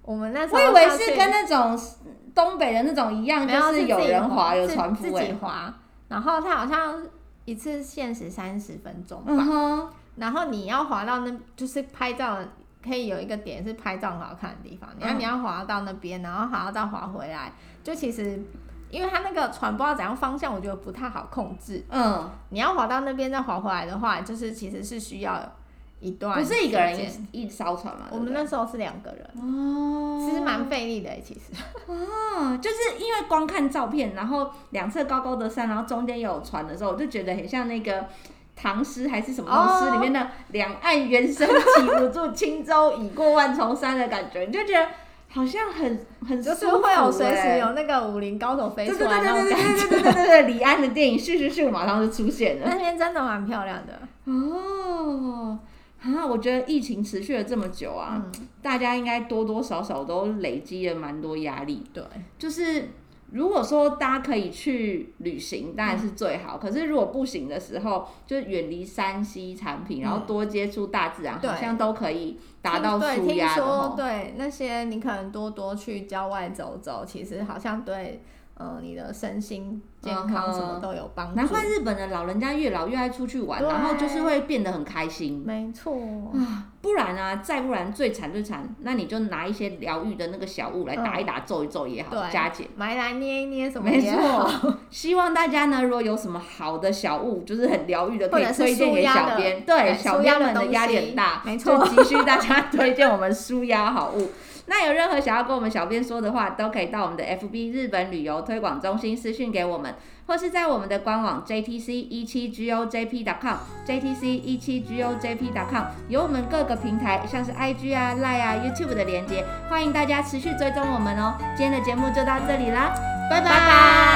Speaker 2: 我们那时候
Speaker 1: 我以为
Speaker 2: 上
Speaker 1: 是
Speaker 2: 去
Speaker 1: 跟那种东北的那种一样，
Speaker 2: 没
Speaker 1: 就
Speaker 2: 有
Speaker 1: 有
Speaker 2: 自己
Speaker 1: 人
Speaker 2: 划
Speaker 1: 有
Speaker 2: 自
Speaker 1: 船
Speaker 2: 自
Speaker 1: 夫哎、
Speaker 2: 己划，然后它好像一次限时三十分钟吧，
Speaker 1: 嗯哼，
Speaker 2: 然后你要滑到那，就是拍照的可以有一个点是拍照很好看的地方，然后
Speaker 1: 嗯
Speaker 2: 你要滑到那边，然后还要再滑回来，就其实。因为它那个船不知道怎样方向，我觉得不太好控制。
Speaker 1: 嗯，
Speaker 2: 你要滑到那边再滑回来的话，就是其实是需要一段
Speaker 1: 不
Speaker 2: 时间。
Speaker 1: 是一个人一一艘船嘛？
Speaker 2: 我们
Speaker 1: 对
Speaker 2: 那时候是两个人，
Speaker 1: 不对哦，
Speaker 2: 其实蛮费力的欸、其实。
Speaker 1: 啊，就是因为光看照片，然后两侧高高的山，然后中间有船的时候，我就觉得很像那个唐诗还是什么东诗
Speaker 2: 哦
Speaker 1: 里面的“两岸猿声啼，不住轻舟已过万重山”的感觉，你就觉得好像很很舒
Speaker 2: 就
Speaker 1: 服、
Speaker 2: 是会有随时
Speaker 1: 欸
Speaker 2: 有那个武林高手飞
Speaker 1: 对
Speaker 2: 出
Speaker 1: 对对
Speaker 2: 来
Speaker 1: 对
Speaker 2: 那
Speaker 1: 对
Speaker 2: 种感觉，
Speaker 1: 对对对对对，李安的电影《咻咻咻》马上就出现 了。
Speaker 2: 那边真的蛮漂亮的。
Speaker 1: 哦，啊，我觉得疫情持续了这么久啊，
Speaker 2: 嗯，
Speaker 1: 大家应该多多少少都累积了蛮多压力
Speaker 2: 对，
Speaker 1: 就是如果说大家可以去旅行，
Speaker 2: 嗯
Speaker 1: 当然是最好。可是如果不行的时候，就是远离山西产品，
Speaker 2: 嗯
Speaker 1: 然后多接触大自然，
Speaker 2: 对
Speaker 1: 好像都可以达
Speaker 2: 听
Speaker 1: 到
Speaker 2: 对，
Speaker 1: 舒
Speaker 2: 听
Speaker 1: 压的
Speaker 2: 说
Speaker 1: 吼。
Speaker 2: 对那些你可能多多去郊外走走，其实好像对呃你的身心健康什
Speaker 1: 嗯哼
Speaker 2: 么都有帮助。
Speaker 1: 难怪日本的老人家越老越爱出去玩，
Speaker 2: 对
Speaker 1: 然后就是会变得很开心。
Speaker 2: 没错，
Speaker 1: 不然啊，再不然最惨最惨，那你就拿一些疗愈的那个小物来
Speaker 2: 嗯
Speaker 1: 打一打、揍一揍也好，
Speaker 2: 对
Speaker 1: 加减。
Speaker 2: 买来捏一捏什么
Speaker 1: 没
Speaker 2: 也好，
Speaker 1: 错，希望大家呢，如果有什么好的小物，就是很疗愈的，可
Speaker 2: 或
Speaker 1: 以
Speaker 2: 者是
Speaker 1: 推荐给
Speaker 2: 舒压
Speaker 1: 小
Speaker 2: 的
Speaker 1: 编。对，
Speaker 2: 对
Speaker 1: 小
Speaker 2: 舒
Speaker 1: 编
Speaker 2: 压的
Speaker 1: 们的
Speaker 2: 东
Speaker 1: 压力
Speaker 2: 西
Speaker 1: 很大，
Speaker 2: 没
Speaker 1: 就
Speaker 2: 错
Speaker 1: 急需大家推荐我们舒压好物。 那有任何想要跟我们小编说的话，都可以到我们的 FB 日本旅游推广中心私讯给我们，或是在我们的官网 JTC 一七 GOJP.com JTC 一七 GOJP.com 有我们各个平台像是 IG 啊、Line 啊、YouTube 的连接，欢迎大家持续追踪我们哦。今天的节目就到这里啦，
Speaker 2: 拜
Speaker 1: 拜拜